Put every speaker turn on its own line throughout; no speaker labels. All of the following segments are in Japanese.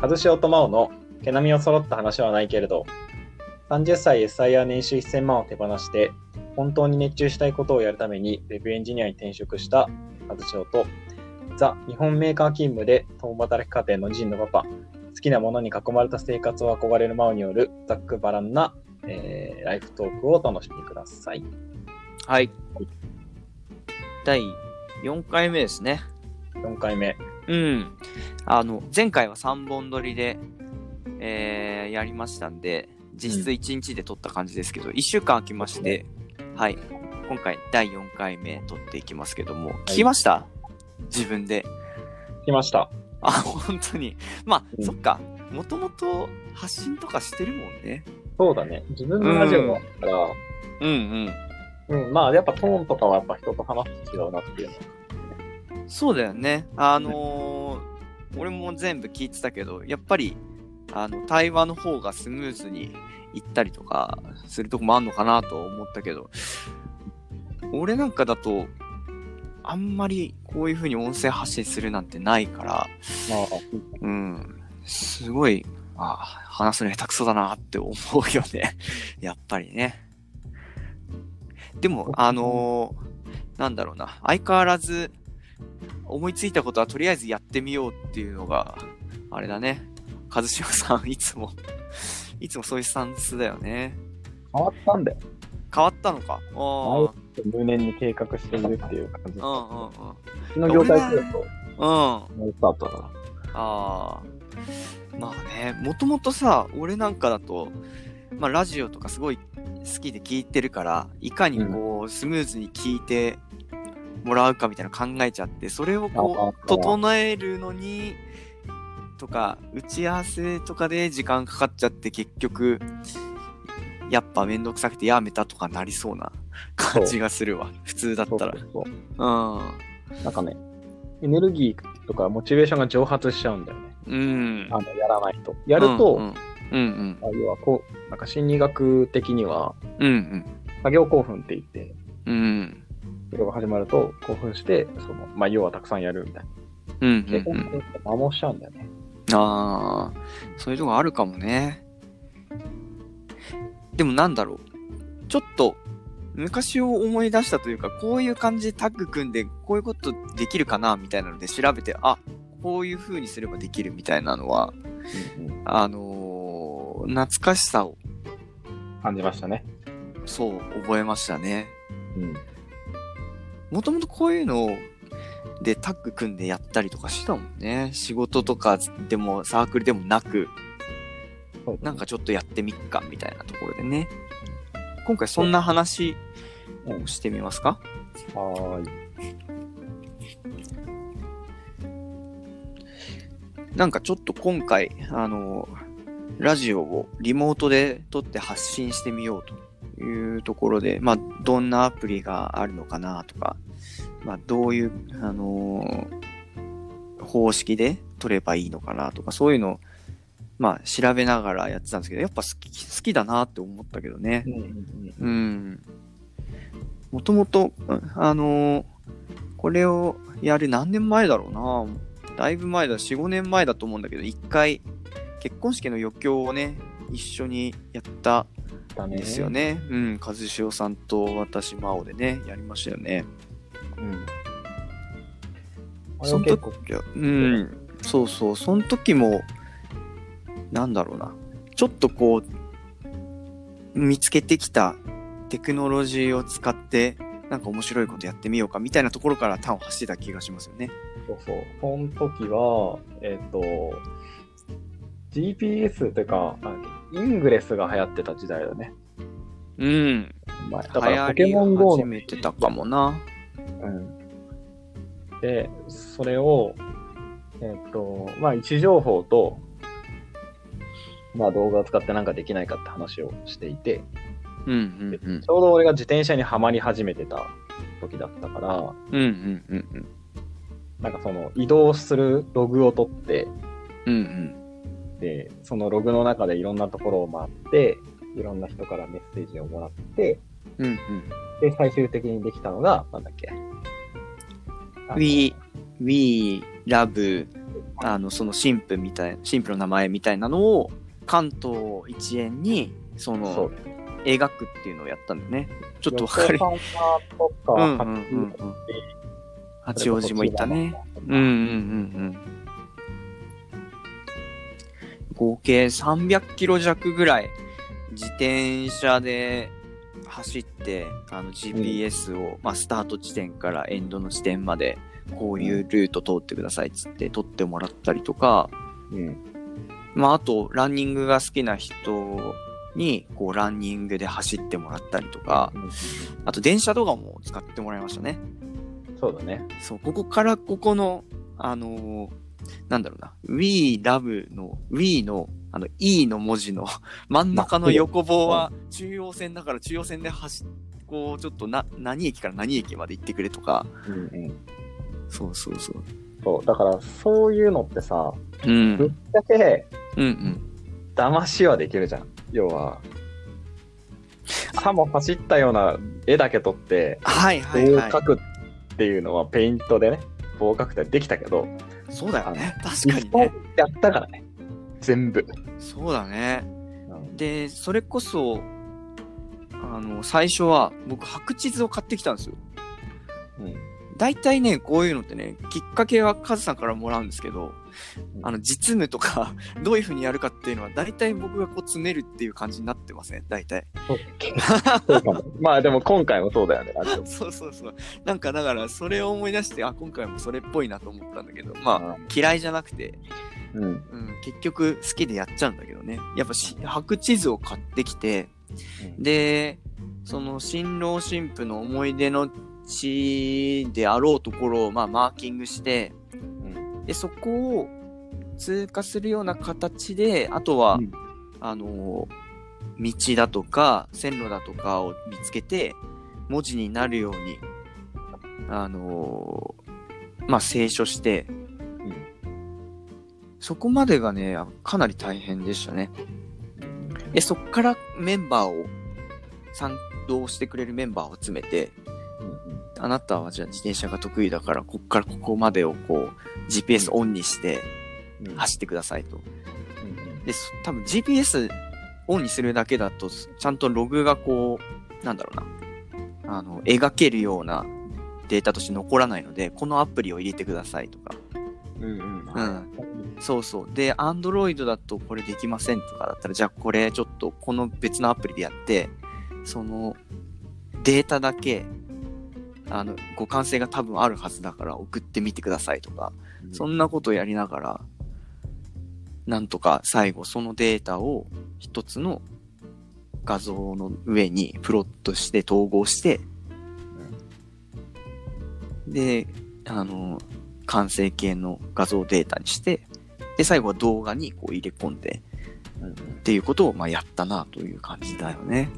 和潮と真央の毛並みを揃った話はないけれど、30歳 SI や年収1000万を手放して、本当に熱中したいことをやるために Web エンジニアに転職した和潮と、ザ・日本メーカー勤務で共働き家庭のジンのパパ、好きなものに囲まれた生活を憧れる真央によるざっくばらんな、えーライフトークを楽しみください。
はい。第4回目ですね。
4回目。
うん。あの、前回は3本撮りで、えーやりましたんで、実質
う
1日で撮った感じですけど、1週間空きまして、はい。今回、第4回目撮っていきますけども、聞きました、自分で。
来ました。
あ、本当に。まあ、
うん
そっか。もともと発信とかしてるもんね。
そうだね。自分のラジオだったら、
うん
うん、まあ、やっぱトーンとかはやっぱ人と話す違うなっていうの。
うん。そうだよね。あのー俺も全部聞いてたけど、やっぱり、あの、対話の方がスムーズにいったりとか、するとこもあんのかなと思ったけど、俺なんかだと、あんまりこういう風に音声発信するなんてないから、
まあ、
うん、すごい、あ話すの下手くそだなって思うよね。 やっぱりね。でも、あのーなんだろうな、相変わらず、思いついたことはとりあえずやってみようっていうのが、あれだね。和島さん、いつも、いつもそういうスタンスだよね。
変わったんだよ。
変わったのか。あー
は入念に計画しているっていう感じ。
うんうんうん。
うちの業態制度、
うん。
もうスタートだな。
ああまあねもともとさ俺なんかだと、まあ、ラジオとかすごい好きで聞いてるからいかにこう、スムーズに聞いてもらうかみたいなの考えちゃってそれをこ
あ
う
ー
整えるのにとか打ち合わせとかで時間かかっちゃって結局やっぱ面倒くさくてやめたとかなりそうな感じがするわ普通だっ
そう
た
そ
ら
うそう
うん
なんかね、エネルギーとかモチベーションが蒸発しちゃうんだよね。
うん
あの、やらないと。やると、
うんうんうん
あ要はこう、なんか心理学的には、
うんうん
作業興奮って言って、
うん
それが始まると興奮して、その、まあ、要はたくさんやるみたいな。
うんう
で、
ん、うん、
本当に摩耗しちゃうんだよね。
ああそういうとこあるかもねでもなんだろうちょっと昔を思い出したというかこういう感じでタッグ組んでこういうことできるかなみたいなので調べてあこういう風にすればできるみたいなのは
うんうん
あのー懐かしさを
感じましたね。
そう覚えましたね
うん。
もともとこういうのでタッグ組んでやったりとかしたもんね仕事とかでもサークルでもなく
そうだ
なん
ね
かちょっとやってみっかみたいなところでね。今回そんな話をしてみますか、
はーい。
なんかちょっと今回、あの、ラジオをリモートで撮って発信してみようというところで、まあ、どんなアプリがあるのかなとか、まあ、どういう、あのー方式で撮ればいいのかなとか、そういうのを、まあ、調べながらやってたんですけど、やっぱ好き、好きだなって思ったけどね。
うんうんうん
うん。もともと、あのーこれをやる何年前だろうな。だいぶ前だ、4、5年前だと思うんだけど、一回、結婚式の余興をね、一緒にやった
だ
ん
ね。
ですよ。ね。うん、和潮さんと私、真央でね、やりましたよね。
うん。あれ
そ
は
の
結構、
時はうん、そうそう、その時も、なんだろうな、ちょっとこう、見つけてきたテクノロジーを使って、なんか面白いことやってみようかみたいなところから端を発してた気がしますよね。
そうそう。その時は、えっ、と、GPS というか、あイングレスが流行ってた時代だね。
うん。
前だ
流
から、
行
ポケ
り
モン GO
を
の
始、めてたかもな。
うんで、それを、えっ、と、まあ、位置情報と、まあ、動画を使ってなんかできないかって話をしていて、
うんうんうん
ち。ょうど俺が自転車にはまり始めてた時だったから、
うんうんうんうん。
なんかその移動するログを取って、
うんうん。
で、そのログの中でいろんなところを回って、いろんな人からメッセージをもらって、
うんうん。
で、最終的にできたのが、なんだっけ。あ
We, we love あのその神父みたい神父の名前みたいなのを関東一円にそ
そ
の
う
描くっていうのをやったんだよねち
ち
ょっとわかる
さんはとか、
うんう
八
ん
王
う
子
んうん八王子も行ったね。うんうんうんうん合計300キロ弱ぐらい自転車で走ってあの GPS を、まあ、スタート地点からエンドの地点までこういうルート通ってくださいっつって撮ってもらったりとか、
うん。
まあ、あとランニングが好きな人にこうランニングで走ってもらったりとかあと電車とかも使ってもらいましたね。
そうだね。
そう、ここからここの、あのーなんだろうな、We Love の、We の、あの、E の文字の 真ん中の横棒は中央線だから中央線で走っこう、ちょっとな、何駅から何駅まで行ってくれとか、
うんうん。
そうそうそう。
そう、だからそういうのってさ、
うん。
ぶっちゃけ
うんうん。
騙しはできるじゃん。要は、さも走ったような絵だけ撮って、
はいは
棒
いはい。
描くっていうのはペイントでね、棒描くってできたけど、
そうだよね。確か
一
に
本
ね。
やったからね。全部。
そうだね。
うん
で、それこそ、あの、最初は僕白地図を買ってきたんですよ。大体ね、こういうのってね、きっかけはカズさんからもらうんですけど、あの、実務とか、どういうふうにやるかっていうのは、大体僕がこう詰めるっていう感じになってますね、大体。
そうそう かも。まあでも今回もそうだよね。あれ
そうそうそう。なんかだから、それを思い出して、あ、今回もそれっぽいなと思ったんだけど、まあ、
は
嫌いじゃなくて、
うん。
うん、結局好きでやっちゃうんだけどね。やっぱし、白地図を買ってきて、
うん
で、その新郎新婦の思い出の地であろうところを、まあ、マーキングして、で、そこを通過するような形で、あとは、
うん
あの、道だとか、線路だとかを見つけて、文字になるように、あの、まあ、清書して、そこまでがね、あかなり大変でしたね。で、そっからメンバーを、賛同してくれるメンバーを集めて、あなたはじゃあ自転車が得意だから、こっからここまでをこう、GPS オンにして
うん
走ってくださいと。で、そ多分 GPS オンにするだけだと、ちゃんとログがこう、なんだろうな、あの、描けるようなデータとして残らないので、このアプリを入れてくださいとか。
うんうん
んそうそう。で、Android だとこれできませんとかだったら、じゃあこれちょっとこの別のアプリでやって、そのデータだけ、あの、互換性が多分あるはずだから送ってみてくださいとか、そんなことをやりながら、なんとか最後そのデータを一つの画像の上にプロットして統合して、で、あの、完成形の画像データにして、で、最後は動画にこう入れ込んで
うん
っていうことをまあやったなという感じだよね。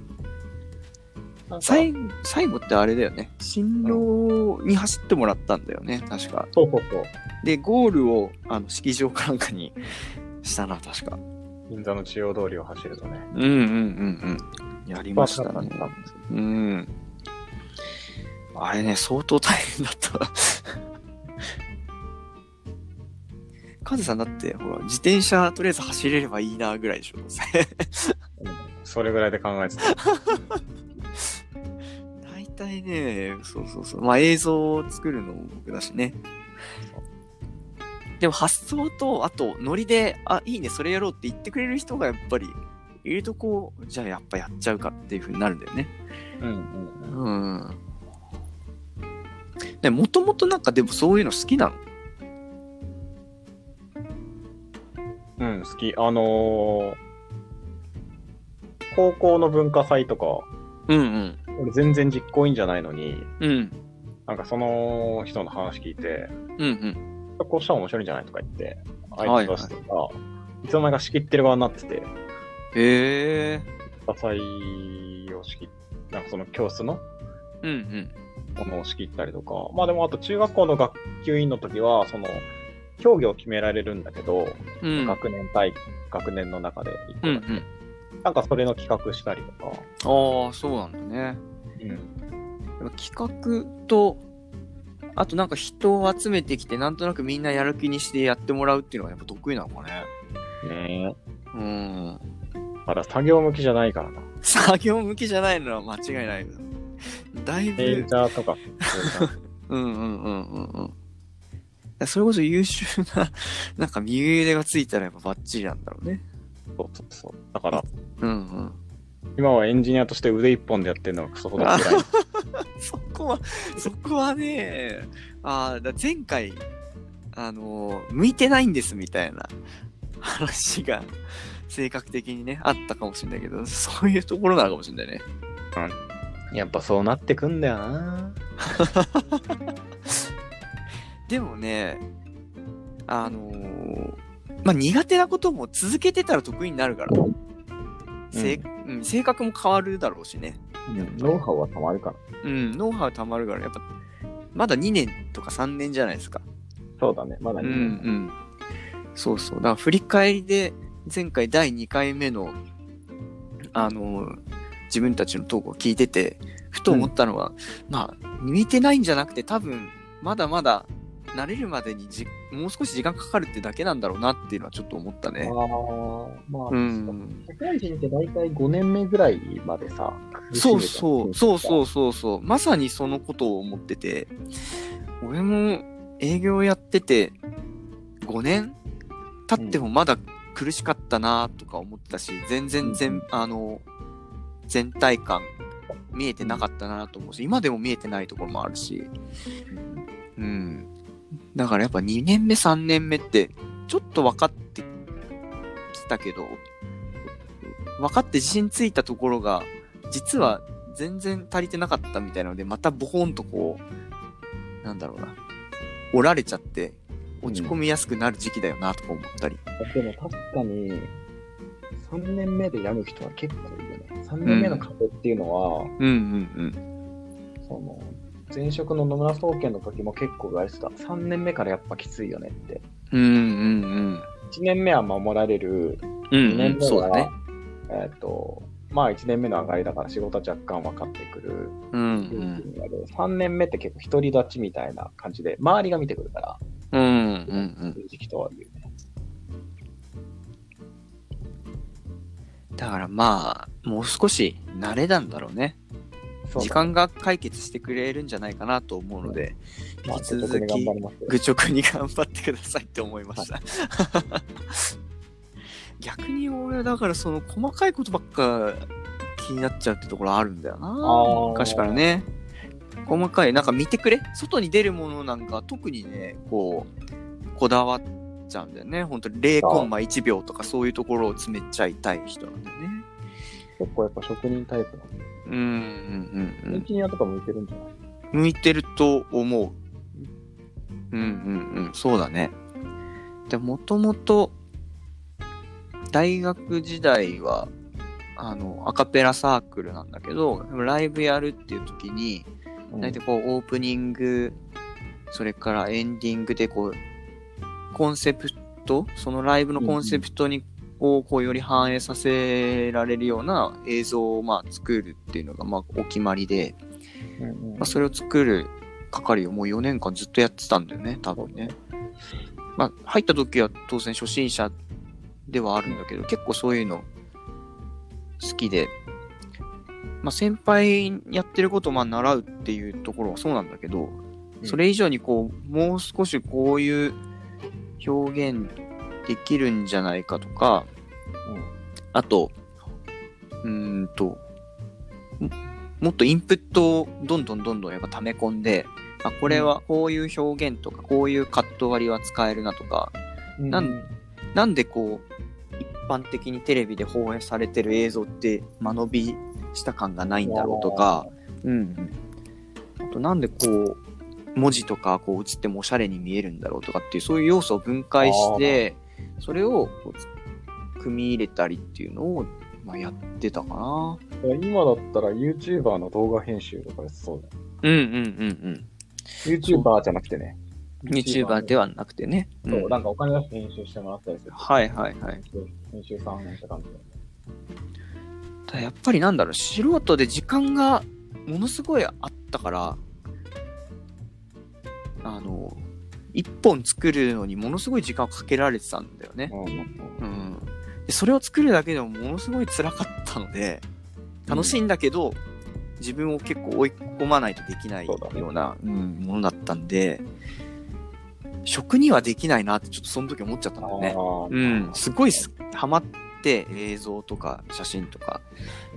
なんか
最最後ってあれだよね。新郎に走ってもらったんだよね、確か。
そうそうそう。
で、ゴールをあの式場かなんかにしたな、確か。
銀座の中央通りを走るとね。
うんうんうんうん。やりましたね。うん。あれね、相当大変だった。カズさんだって、ほら、自転車とりあえず走れればいいなぐらいでしょ。
それぐらいで考えてた。
大体ね、そうそうそう。まあ映像を作るのも僕だしね。でも発想と、あとノリで、あ、いいね、それやろうって言ってくれる人がやっぱりいるとこう、じゃあやっぱやっちゃうかっていう風になるんだよね。
うんうんうん。
うん。ね、もともとなんかでもそういうの好きなの
うん、好き。あのー高校の文化祭とか、
うんうん。
俺全然実行委員じゃないのに、
うん。
なんかその人の話聞いて、
うんうん。
こうしたら面白いんじゃないとか言って、
いは
アイ
い
デア出してたら、いつの間にか仕切ってる側になってて、
へえ。
火祭を仕切っなんかその教室の
うんうん。
ものを仕切ったりとか、まあでもあと中学校の学級委員の時は、その、競技を決められるんだけど、
うん。
学年対学年の中で一個
うんう
だけ、
ん。
なんかそれの企画したりとか、
ああ、そうなんだね。
うん、
やっぱ企画とあとなんか人を集めてきて、なんとなくみんなやる気にしてやってもらうっていうのがやっぱ得意なのかね。
ね
うん。
え。まだ作業向きじゃないからな。
作業向きじゃないのは間違いないよ。だい
レン
ぶ
ジ、ャーとか。そういう
うんうんうんうんうん。だからそれこそ優秀な、なんか右腕がついたらやっぱバッチリなんだろうね。
そうそうそう。だから、
うんうん。
今はエンジニアとして腕一本でやってるのはクソほど辛い。
そこは、そこはね、あーだ前回、あのー向いてないんですみたいな話が、性格的にね、あったかもしれないけど、そういうところなのかもしれないね。
やっぱそうなってくんだよな。
でもね、あのーまあ、苦手なことも続けてたら得意になるから、せいうん、性格も変わるだろうしね。
ノウハウはたまるから。
うん、ノウハウ溜まるから、やっぱ、まだ2年とか3年じゃないですか。
そうだね。まだ
う
ね
んうん。そうそう。だから振り返りで、前回第2回目の、あのー、自分たちのトークを聞いてて、ふと思ったのは、まあ、見てないんじゃなくて、多分、まだまだ、慣れるまでにじ、もう少し時間かかるってだけなんだろうなっていうのはちょっと思ったね。
ああ、まあ、
うん。
社会人って大体5年目ぐらいまでさ、。
そうそう、そうそううそうそう。まさにそのことを思ってて、俺も営業やってて、5年経ってもまだ苦しかったなとか思ってたし、全然全、あの、全体感見えてなかったなと思うし、今でも見えてないところもあるし、うん。だからやっぱ2年目、3年目って、ちょっと分かってきたけど、分かって自信ついたところが、実は全然足りてなかったみたいなので、またボコンとこう、なんだろうな、折られちゃって、落ち込みやすくなる時期だよなとか思ったり。
でも確かに、3年目で病む人は結構いるね。3年目の壁っていうのは、
うんうん
その、前職の野村総研の時も結構言われてた。3年目からやっぱきついよねって。
うん。うんうん
1年目は守られる。
うん。
2
う
年
ん、
目
そう
は、
だね。
えっ、と、まあ1年目の上がりだから仕事は若干分かってくる。
うん
3年目って結構独り立ちみたいな感じで、周りが見てくるから、
うん。うんうん
時期とは言うね。
うん。だからまあ、もう少し慣れなんだろうね。時間が解決してくれるんじゃないかなと思うので、
まあ
引き
ちょっとこ
続
れ頑
き
張りますよ
愚直に頑張ってくださいって思いました。逆に俺はだからその細かいことばっか気になっちゃうってところあるんだよな
ー
昔からね細かいなんか見てくれ外に出るものなんか特にねこうこだわっちゃうんだよね本当に0コンマ1秒とかそういうところを詰めちゃいたい人なんだよね
結構やっぱ職人タイプの。
うんうんうんう
エ
ん
ンジニアとか向いてるんじゃない
向いてると思う。うんうんうん、そうだね。で、もともと、大学時代は、あの、アカペラサークルなんだけど、ライブやるっていう時に、大体こう、オープニング、それからエンディングで、こう、コンセプト、そのライブのコンセプトに、をこうより反映させられるような映像をまあ作るっていうのがまあお決まりで、
うんうん
まあ、それを作る係をもう4年間ずっとやってたんだよね、多分ね。まあ、入った時は当然初心者ではあるんだけど、結構そういうの好きで、まあ、先輩やってることをまあ習うっていうところはそうなんだけど、
うん
それ以上にこう、もう少しこういう表現できるんじゃないかとか、あと、うーんと、ももっとインプットをどんどんどんどんやっぱ溜め込んで、あ、これはこういう表現とか、こういうカット割りは使えるなとか、
うん
なんなんでこう、一般的にテレビで放映されてる映像って間延びした感がないんだろうとか、うん。あとなんでこう、文字とかこう映ってもおしゃれに見えるんだろうとかっていう、そういう要素を分解して、それをこう組み入れたりっていうのを、まあ、やってたかな。
いや今だったら YouTuber の動画編集とかやってそうだよ。
うんうん
YouTuber じゃなくてね。
うん。YouTuber で
は。
はなくてね。
そう、
うん
なんかお金出して編集してもらったりする。
はいはいはい。
編集さんなんて感じだよね
ただやっぱりなんだろう素人で時間がものすごいあったからあの、一本作るのにものすごい時間をかけられてたんだよね。うん。でそれを作るだけでもものすごい辛かったので、楽しいんだけど、自分を結構追い込まないとできない
そ
よ
うだね
うなうんものだったんで、食にはできないなってちょっとその時思っちゃったんだよ
う
ね。うん、すごいすハマって映像とか写真とか。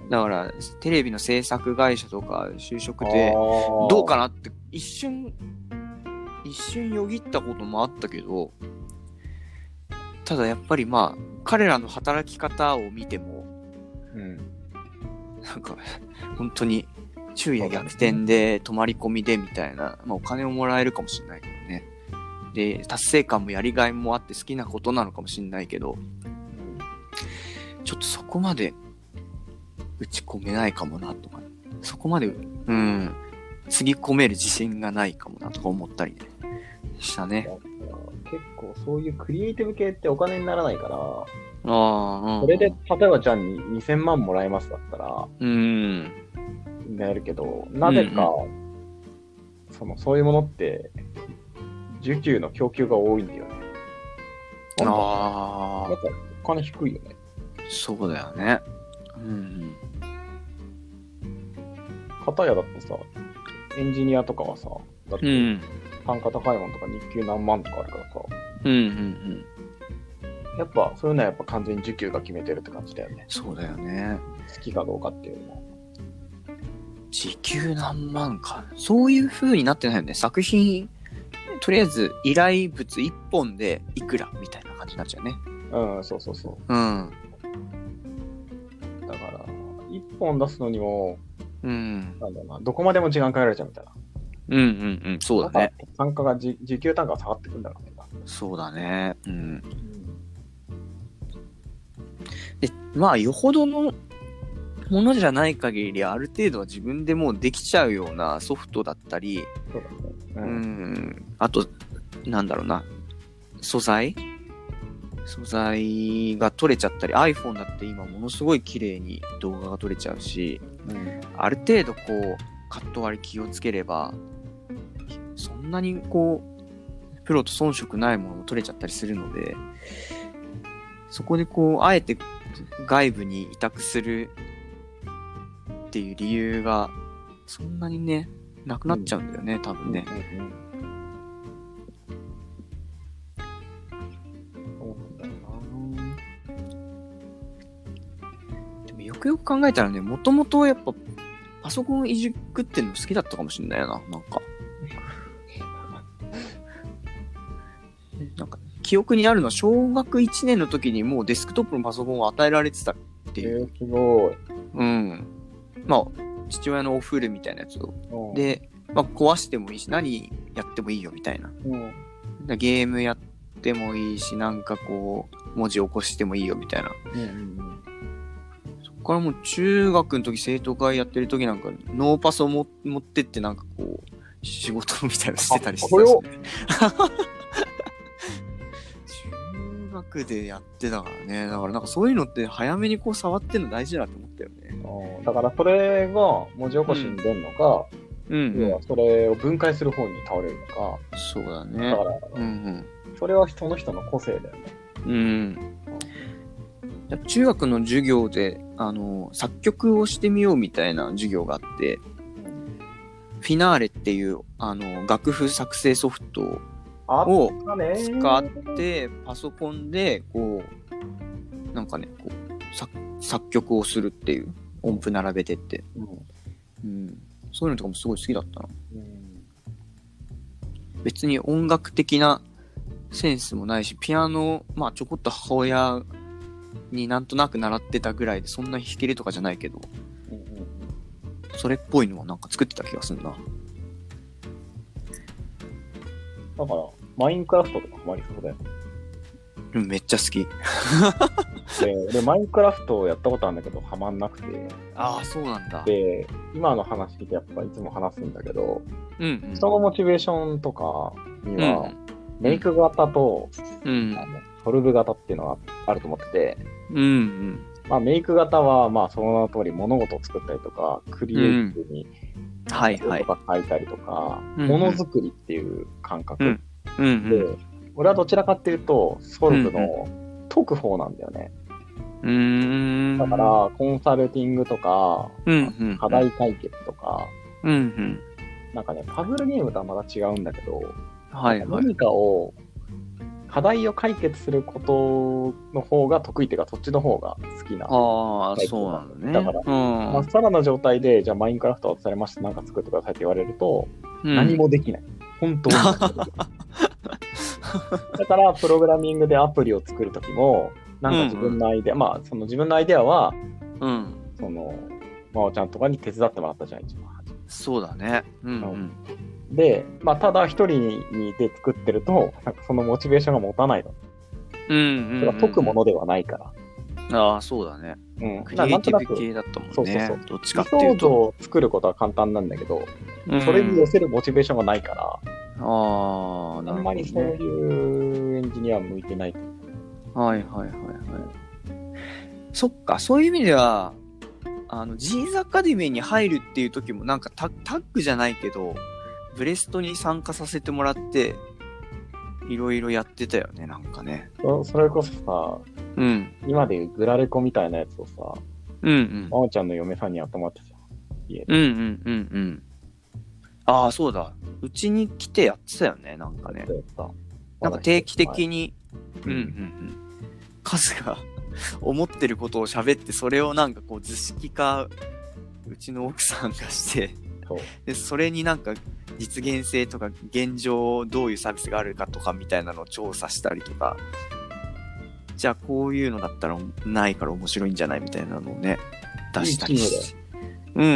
だから、テレビの制作会社とか就職で、どうか
な
なって一瞬一瞬よぎったこともあったけどただやっぱりまあ彼らの働き方を見ても
うん。
なんか本当に昼夜逆転で泊まり込みでみたいな、まあ、お金をもらえるかもしれないけどねで達成感もやりがいもあって好きなことなのかもしれないけどちょっとそこまで打ち込めないかもなとかそこまでうんつぎ込める自信がないかもなとか思ったりねしたね。
結構そういうクリエイティブ系ってお金にならないから、
ああ、うん
それで、例えばじゃあに2000万もらえますだったら、
うん。
なるけど、なぜか、その、そういうものって、需給の供給が多いんだよね。
あ
なん、
あ
かお金低いよね。
そうだよね。うん。
片やだってさ、エンジニアとかはさ、だっ
う
て
ん。
単価高いものとか日給何万とかあるからさ、
うんうんうん。
やっぱそういうのはやっぱ完全に需給が決めてるって感じだよね。
そうだよね。
好きかどうかっていうのは。
時給何万か。そういう風になってないよね。作品、とりあえず依頼物1本でいくらみたいな感じになっちゃうね。
うん、そうそうそ
うん。
う。だから、一本出すのにも、
うん。
なんだろうな、どこまでも時間かけられちゃうみたいな。
うんうんうん。そうだね。
から単価がじ、時給単価が下がってくんだろうね。
そうだね。うん。でまあよほどのものじゃない限りある程度は自分でもうできちゃうようなソフトだったり、
そうだ
う
ね。
ん、あとなんだろうな素材素材が撮れちゃったり iPhone だって今ものすごい綺麗に動画が撮れちゃうし
うん。うん
ある程度こうカット割り気をつければそんなにこうプロと遜色ないものも取れちゃったりするのでそこでこうあえて外部に委託するっていう理由がそんなにねなくなっちゃうんだよね、多分ね。
そうなんだよな
でもよくよく考えたらねもともとやっぱパソコンいじくってんの好きだったかもしれないななんかなんか記憶にあるのは小学1年の時にもうデスクトップのパソコンを与えられてたって
え
いう、
ー、すごい。
うんまあ父親のお古みたいなやつを
うん、
で、まあ、壊してもいいし何やってもいいよみたいな
うん、
ゲームやってもいいしなんかこう文字起こしてもいいよみたいな
うんうん
そこからもう中学の時生徒会やってる時なんかノーパスをも持ってってなんかこう仕事みたいなのしてたりしてたし、ね、中学でやってたからねだからなんかそういうのって早めにこう触ってんの大事だなって思ったよね
うんだからそれが文字起こしに出るのか、
うん、
要はそれを分解する方に倒れるのか、
そうだ
だ
ね
から
うん
それはその人の個性だよね。
うんうんやっぱ中学の授業であの作曲をしてみようみたいな授業があって、フィナーレっていうあの楽譜作成ソフト
あっ
を
たね。
使ってパソコンでこうなんかねこう作作曲をするっていう音符並べてって、
うん
うん、そういうのとかもすごい好きだったな
うん
別に音楽的なセンスもないしピアノまあちょこっと母親になんとなく習ってたぐらいでそんな弾けるとかじゃないけど
うんうん
それっぽいのはなんか作ってた気がするな
だから、マインクラフトとかハマりそうだよ
うんめっちゃ好き
ね。で、でマインクラフトをやったことあるんだけど、ハマんなくて。
ああそうなんだ
で、今の話聞いてやっぱいつも話すんだけど、
うんうん
人のモチベーションとかには、メイク型と、
うん
あのソルブ型っていうのがあると思ってて、
うんうん
まあ、メイク型は、まあ、その名の通り物事を作ったりとか、クリエイティブに
はい
絵
はい
と。か描いたりとか、
うんうん
ものづくりっていう感覚
うん
で、俺はどちらかっていうと、ソルブの解く方なんだよね。
うん。うーん。
だから、、コンサルティングとか、
うんうん。
課題解決とか、
うんうん。
なんかね、パズルゲームとはまた違うんだけど、
はいはい。
何かを、課題を解決することの方が得意っていうか、そっちの方が好きな。
ああ、そうなんだね。
だから真っさらな状態で、じゃあマインクラフトはされました、なんか作ってくださいって言われると、
うん。
何もできない。本 当に何もできない。だから、プログラミングでアプリを作るときも、なんか自分のアイデア、まあ、その自分のアイデアは、
うん。うん。
その、まおちゃんとかに手伝ってもらったじゃん、一番初め。
そうだね。うんうん。
で、まあ、ただ一人にで作ってると、なんかそのモチベーションが持たないの。
うんうん
そ
うん
れは解くものではないから。
ああ、そうだね。
うん。
ク
だからな
リエイ
んと
テ
な
ィ
く
ブ
理
系だったもんね。
そうそうそう
どっちかってい
想
う
像
と。
を作ることは簡単なんだけど、
うん
それに寄せるモチベーションがないから、
ああ、
あ
なる
ん
ほ
ま
ど、ね
り。そういうエンジニアは向いてない。
はいはいはいはい。そっか、そういう意味では、あの、ジーンズアカデミーに入るっていう時も、なんかタタッグじゃないけど、ブレストに参加させてもらって、いろいろやってたよね、なんかね。
そそれこそさ、
うん。
今でいうグラレコみたいなやつをさ、
うん
まおちゃんの嫁さんにやってもらってたじゃん。
うん。うんうんうんうん。ああ、そうだ。うちに来てやってたよね、なんかね。
そうやった
なんか定期的に、う
うんん
うんうん。カズが思ってることを喋って、それをなんかこう図式化、うちの奥さんがして、
そう
で、それになんか実現性とか現状どういうサービスがあるかとかみたいなのを調査したりとか、じゃあこういうのだったらないから面白いんじゃないみたいなのをね、出したりして。うんうんう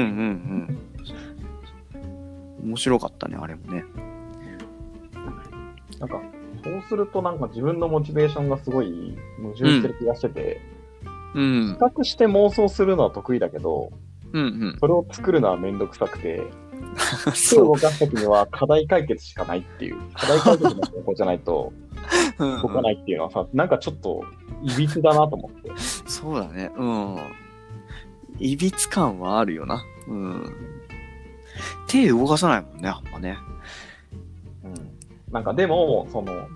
ん。面白かったね、あれもね。
なんか、そうするとなんか自分のモチベーションがすごい矛盾してる気がしてて、
うん。
比較して妄想するのは得意だけど、
うんうん。
それを作るのはめんどくさくて、手
そ
を動かすときには課題解決しかないっていう、課題解決の方法じゃないと
う。うんうん
動かないっていうのはさ、なんかちょっといびつだなと思って。
そうだね。うん。いびつ感はあるよな。うん。手動かさないもんね、あんまね。
うん、なんかでも、その、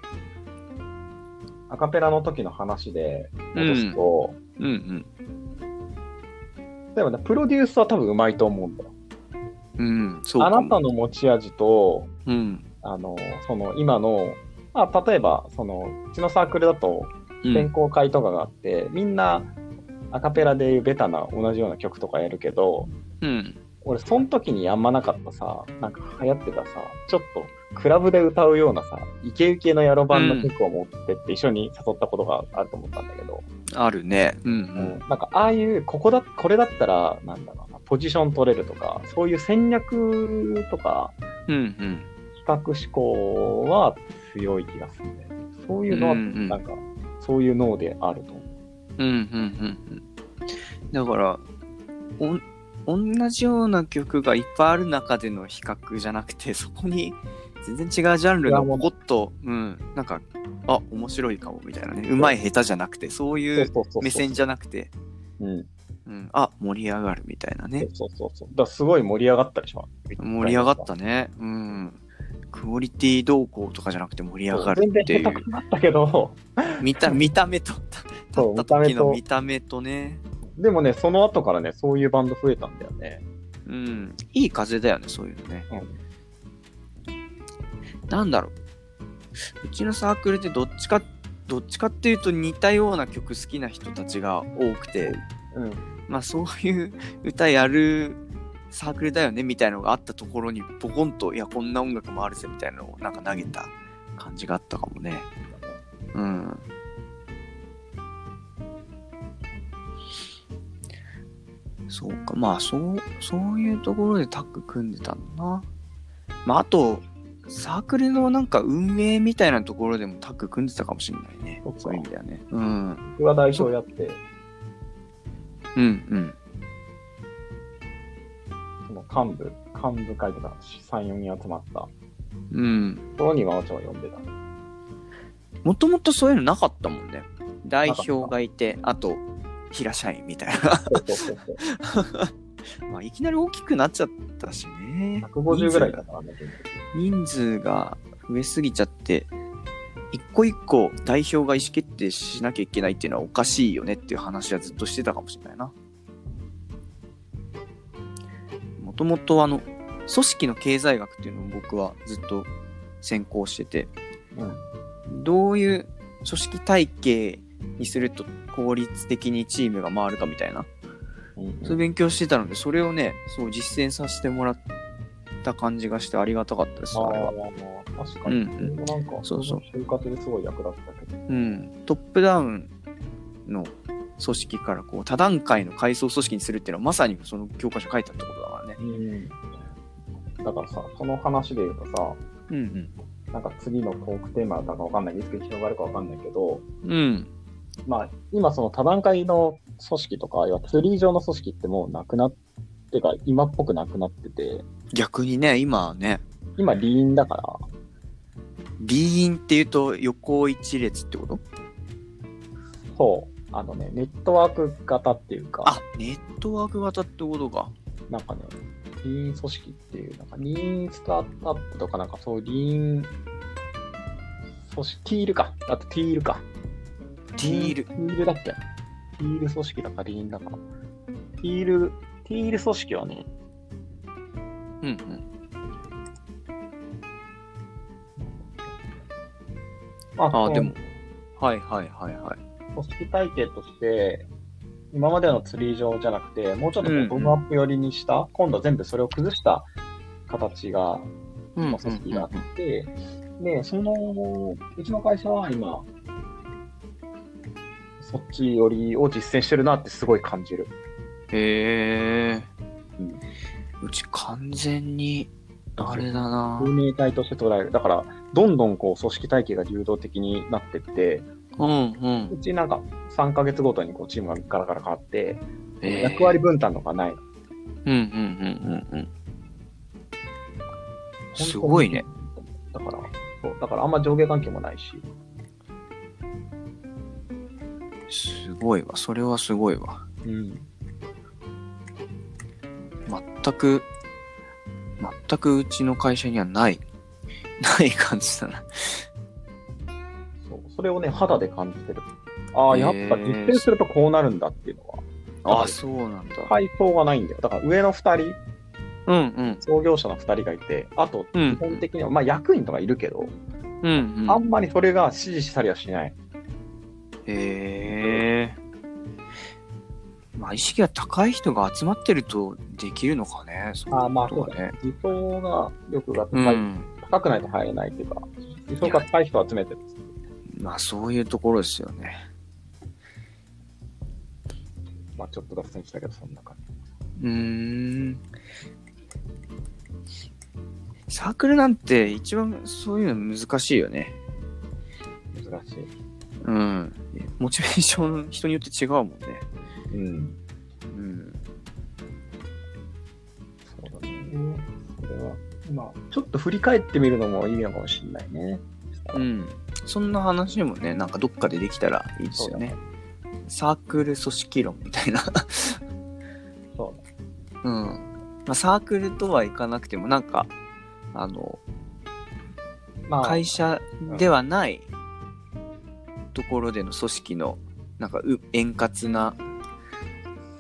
アカペラの時の話で戻すと、
うんうん。
でもね、プロデュースは多分うまいと思うんだよ。
うん、そう
あ
かも。
なたの持ち味と、
うん。
あの、その今の、まあ、例えば、その、うちのサークルだと、
う
選
ん。
考会とかがあって、みんな、アカペラでいうベタな同じような曲とかやるけど、
うん。
俺、その時にあんまなかったさ、なんか流行ってたさ、ちょっと、クラブで歌うようなさ、イケイケの野郎版の曲を持ってって一緒に誘ったことがあると思ったんだけど、
あるね。うん
なんかああいうここだこれだったらなんだろうなポジション取れるとかそういう戦略とか
うん。うんうん。
企画思考は強い気がするねそういうのは
うんうん
なんか、そういう脳であると思
うんうんうんうん。だから、おん、同じような曲がいっぱいある中での比較じゃなくて、そこに全然違うジャンルがポコッと、うん、なんか、あ、面白いかもみたいなね。うまい下手じゃなくて、そ
う
う
そう
いう
そうそうそう
目線じゃなくて、
うん
うん、あ、盛り上がるみたいなね。
そうそうそうだからすごい盛り上がったでしょ
盛り上がったね。うん。クオリティ動向とかじゃなくて盛り上がる
全然
ってい
下
う
手。くなったけど
見た見た目と、立
そう
った時の見
見
た目とね。
でもねその後からねそういうバンド増えたんだよね
うん、いい風だよね、そういうのね。
う
なんだろう。うちのサークルってどっちか、どっちかっていうと似たような曲好きな人たちが多くて、
うん
まあそういう 歌やるサークルだよねみたいのがあったところにポコンと、いや、こんな音楽もあるぜみたいなのをなんか投げた感じがあったかもね。うん。そうか、まあ、そう、そういうところでタッグ組んでたんだな。まあ、あと、サークルのなんか運営みたいなところでもタッグ組んでたかもしれないね
そっ。か
そういう意味だよね。うん。
僕が代表やって
うんうん。
その幹部幹部会とか34人集まったと
うん。
ころに真央ちゃんを呼んでた
もともとそういうのなかったもんね。代表がいて、あと、平社員みたいな。
そうそうそうそう
まあ、いきなり大きくなっちゃったしね。
150ぐらいだからね。
人数が増えすぎちゃって、一個一個代表が意思決定しなきゃいけないっていうのはおかしいよねっていう話はずっとしてたかもしれないな。もともとあの、組織の経済学っていうのを僕はずっと専攻してて、どういう組織体系にすると効率的にチームが回るかみたいな
うん
そういう勉強してたので、それをね、そう実践させてもらった感じがしてありがたかったです、あれは。
ああ、確かに。
うんうん
なんか、
そうそう
就活ですごい役立ったけど。
うん。トップダウンの組織からこう、多段階の階層組織にするっていうのは、まさにその教科書書いてあったことだからね。
うん。だからさ、その話で言うとさ、
うん
なんか次のトークテーマだかわかんない、いつ広がるかわかんないけど、
うん。うん。
まあ、今その多段階の組織とか、要はツリー上の組織ってもうなくなってか、今っぽくなくなってて、
逆にね、今はね、
今リーンだから、
リーンっていうと横一列ってこと
そう、あのね、ネットワーク型っていうか、
あ、ネットワーク型ってことか。
なんかね、リーン組織っていう、なんかリーンスタートアップとか、なんかそういうリーン、組織、ティールか。あとティールか。
ティール
テ。ィールだっけティール組織だかリーンだか。ティール、ティール組織はね、
うんうん。
ま
あ
そ
あ、
の
でも。はいはいはいはい。
組織体系として、今までのツリー上じゃなくて、もうちょっとこ
うんう
うんボムアップ寄りにした、今度は全部それを崩した形が、
うんうんうん
の組織があって、で、その、うちの会社は今、そっち寄りを実践してるなってすごい感じる。
へえ。
うん
うち完全に、あれだな
運命体として捉える。だから、どんどんこう組織体系が流動的になってって、
うんうん。
うちなんか3ヶ月ごとにこうチームがガラガラ変わって、
へー
役割分担とかない。
うんうんうんうんうん。すごいね。
だから、そう、だからあんま上下関係もないし、
すごいわ。それはすごいわ。
うん。
全く、全くうちの会社にはない、 ない感じだな。
そう、それをね、肌で感じてる。ああ、
へ
やっ
ー
ぱ実践するとこうなるんだっていうのは、
ああ、そうなんだ。
階層がないんだよ。だから上の2人、
うんうん。
創業者の2人がいて、あと、
うん
基本的には、まあ役員とかいるけど、
うんうん。
あんまりそれが支持したりはしない。
へえ。まあ、意識が高い人が集まってるとできるのかね。そういう
あーまあ
ことがね。
理想が力が
う
高い、
ん。
高くないと入れないっていうか、理想が高い人を集めてる。
まあ、そういうところですよね。
まあちょっと脱線したけど、そんな感じ。
うーん。サークルなんて一番そういうの難しいよね。
難しい。
うん。モチベーション人によって違うもんね。
うん。
うん。
そうだね。それは、まあ、ちょっと振り返ってみるのもいいのかもしれないね。
うん。そんな話もね、なんかどっかでできたらいいですよね。サークル組織論みたいな。
そうだね。
うん。まあ、サークルとはいかなくても、なんか、あの、
まあ、
会社ではないところでの組織の、なんかう、円滑な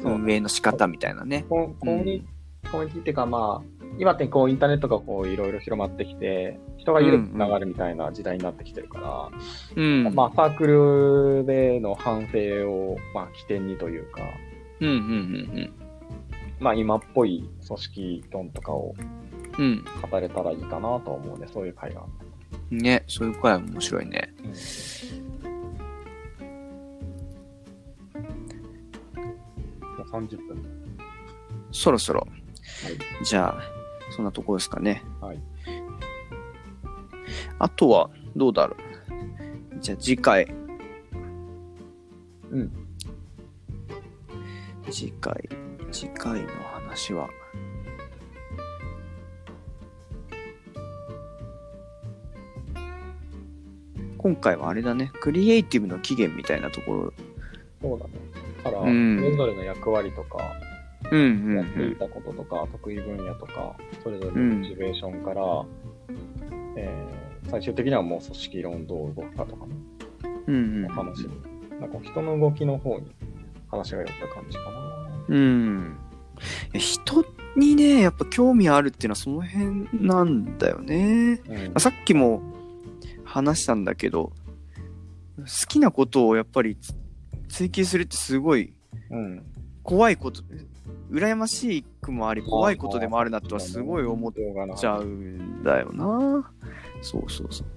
運営の仕方みたいなね。
ココミュニコミュニティっていうか、まあ、今ってこうインターネットがこういろいろ広まってきて、人が緩くつながるみたいな時代になってきてるから、
うん。
まあ、サークルでの反省を、まあ、起点にというか、
うんうんうん
まあ、今っぽい組織論とかを
うん。
語れたらいいかなと思うね、そういう会が。
うん。ね、そういう回も面白いね。
もう30分。
そろそろ、
は
じゃあ、そんなところですかね。
はい。
あとは、どうだろう。じゃあ、次回。
うん。
次回、次回の話は。今回はあれだね、クリエイティブの起源みたいなところ
そうだね。だから、
うん
それぞれの役割とか、
うん
やって
う
い
ん
たこととか、得意分野とか、それぞれ
う
の
ん
モチベーションから、えー最終的にはもう組織論どう動くかとかの
うん。うんうん。
話に、なんか人の動きの方に話が寄った感じかな。
うん。いや人にね、やっぱ興味あるっていうのはその辺なんだよね。
うん
まあさっきも話したんだけど、好きなことをやっぱりつ追求するってすごい
うん、
怖いこと、羨ましくもあり、怖いことでもあるなとはすごい思っ
動画の
ちゃうんだよな。そうそうそう。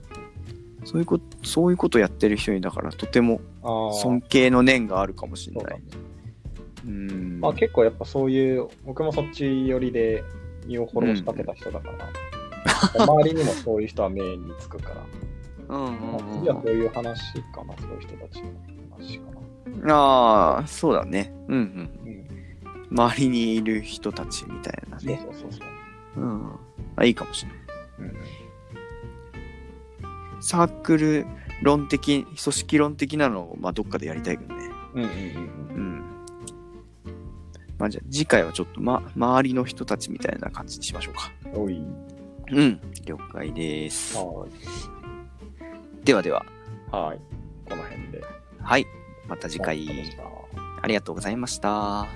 そういうこと、そういうことやってる人にだからとても
あー
尊敬の念があるかもしれ
そう
な
だね
い。うん。
まあ、結構やっぱそういう、僕もそっち寄りで身を滅ぼし立てた人だから、 周りにもそういう人は目につくから、
うんうん
まあ
うんうん
次はそういう話かな、そういう人たちの話かな。
ああ、そうだね。うんうん。
うん、
周りにいる人たちみたいな
そう
ね。
そうそうそう。
うん。あ、いいかもしれない。
うん
サークル論的、組織論的なのを、まあ、どっかでやりたいけどね。
うんうんうん
うん。まあ、じゃあ次回はちょっと、ま、周りの人たちみたいな感じにしましょうか。
うん。おい。
うん。了解です。
は
ではでは、
い。はい。この辺で。
はい。また次
お疲れ様でし
回、
た
ありがとうございました。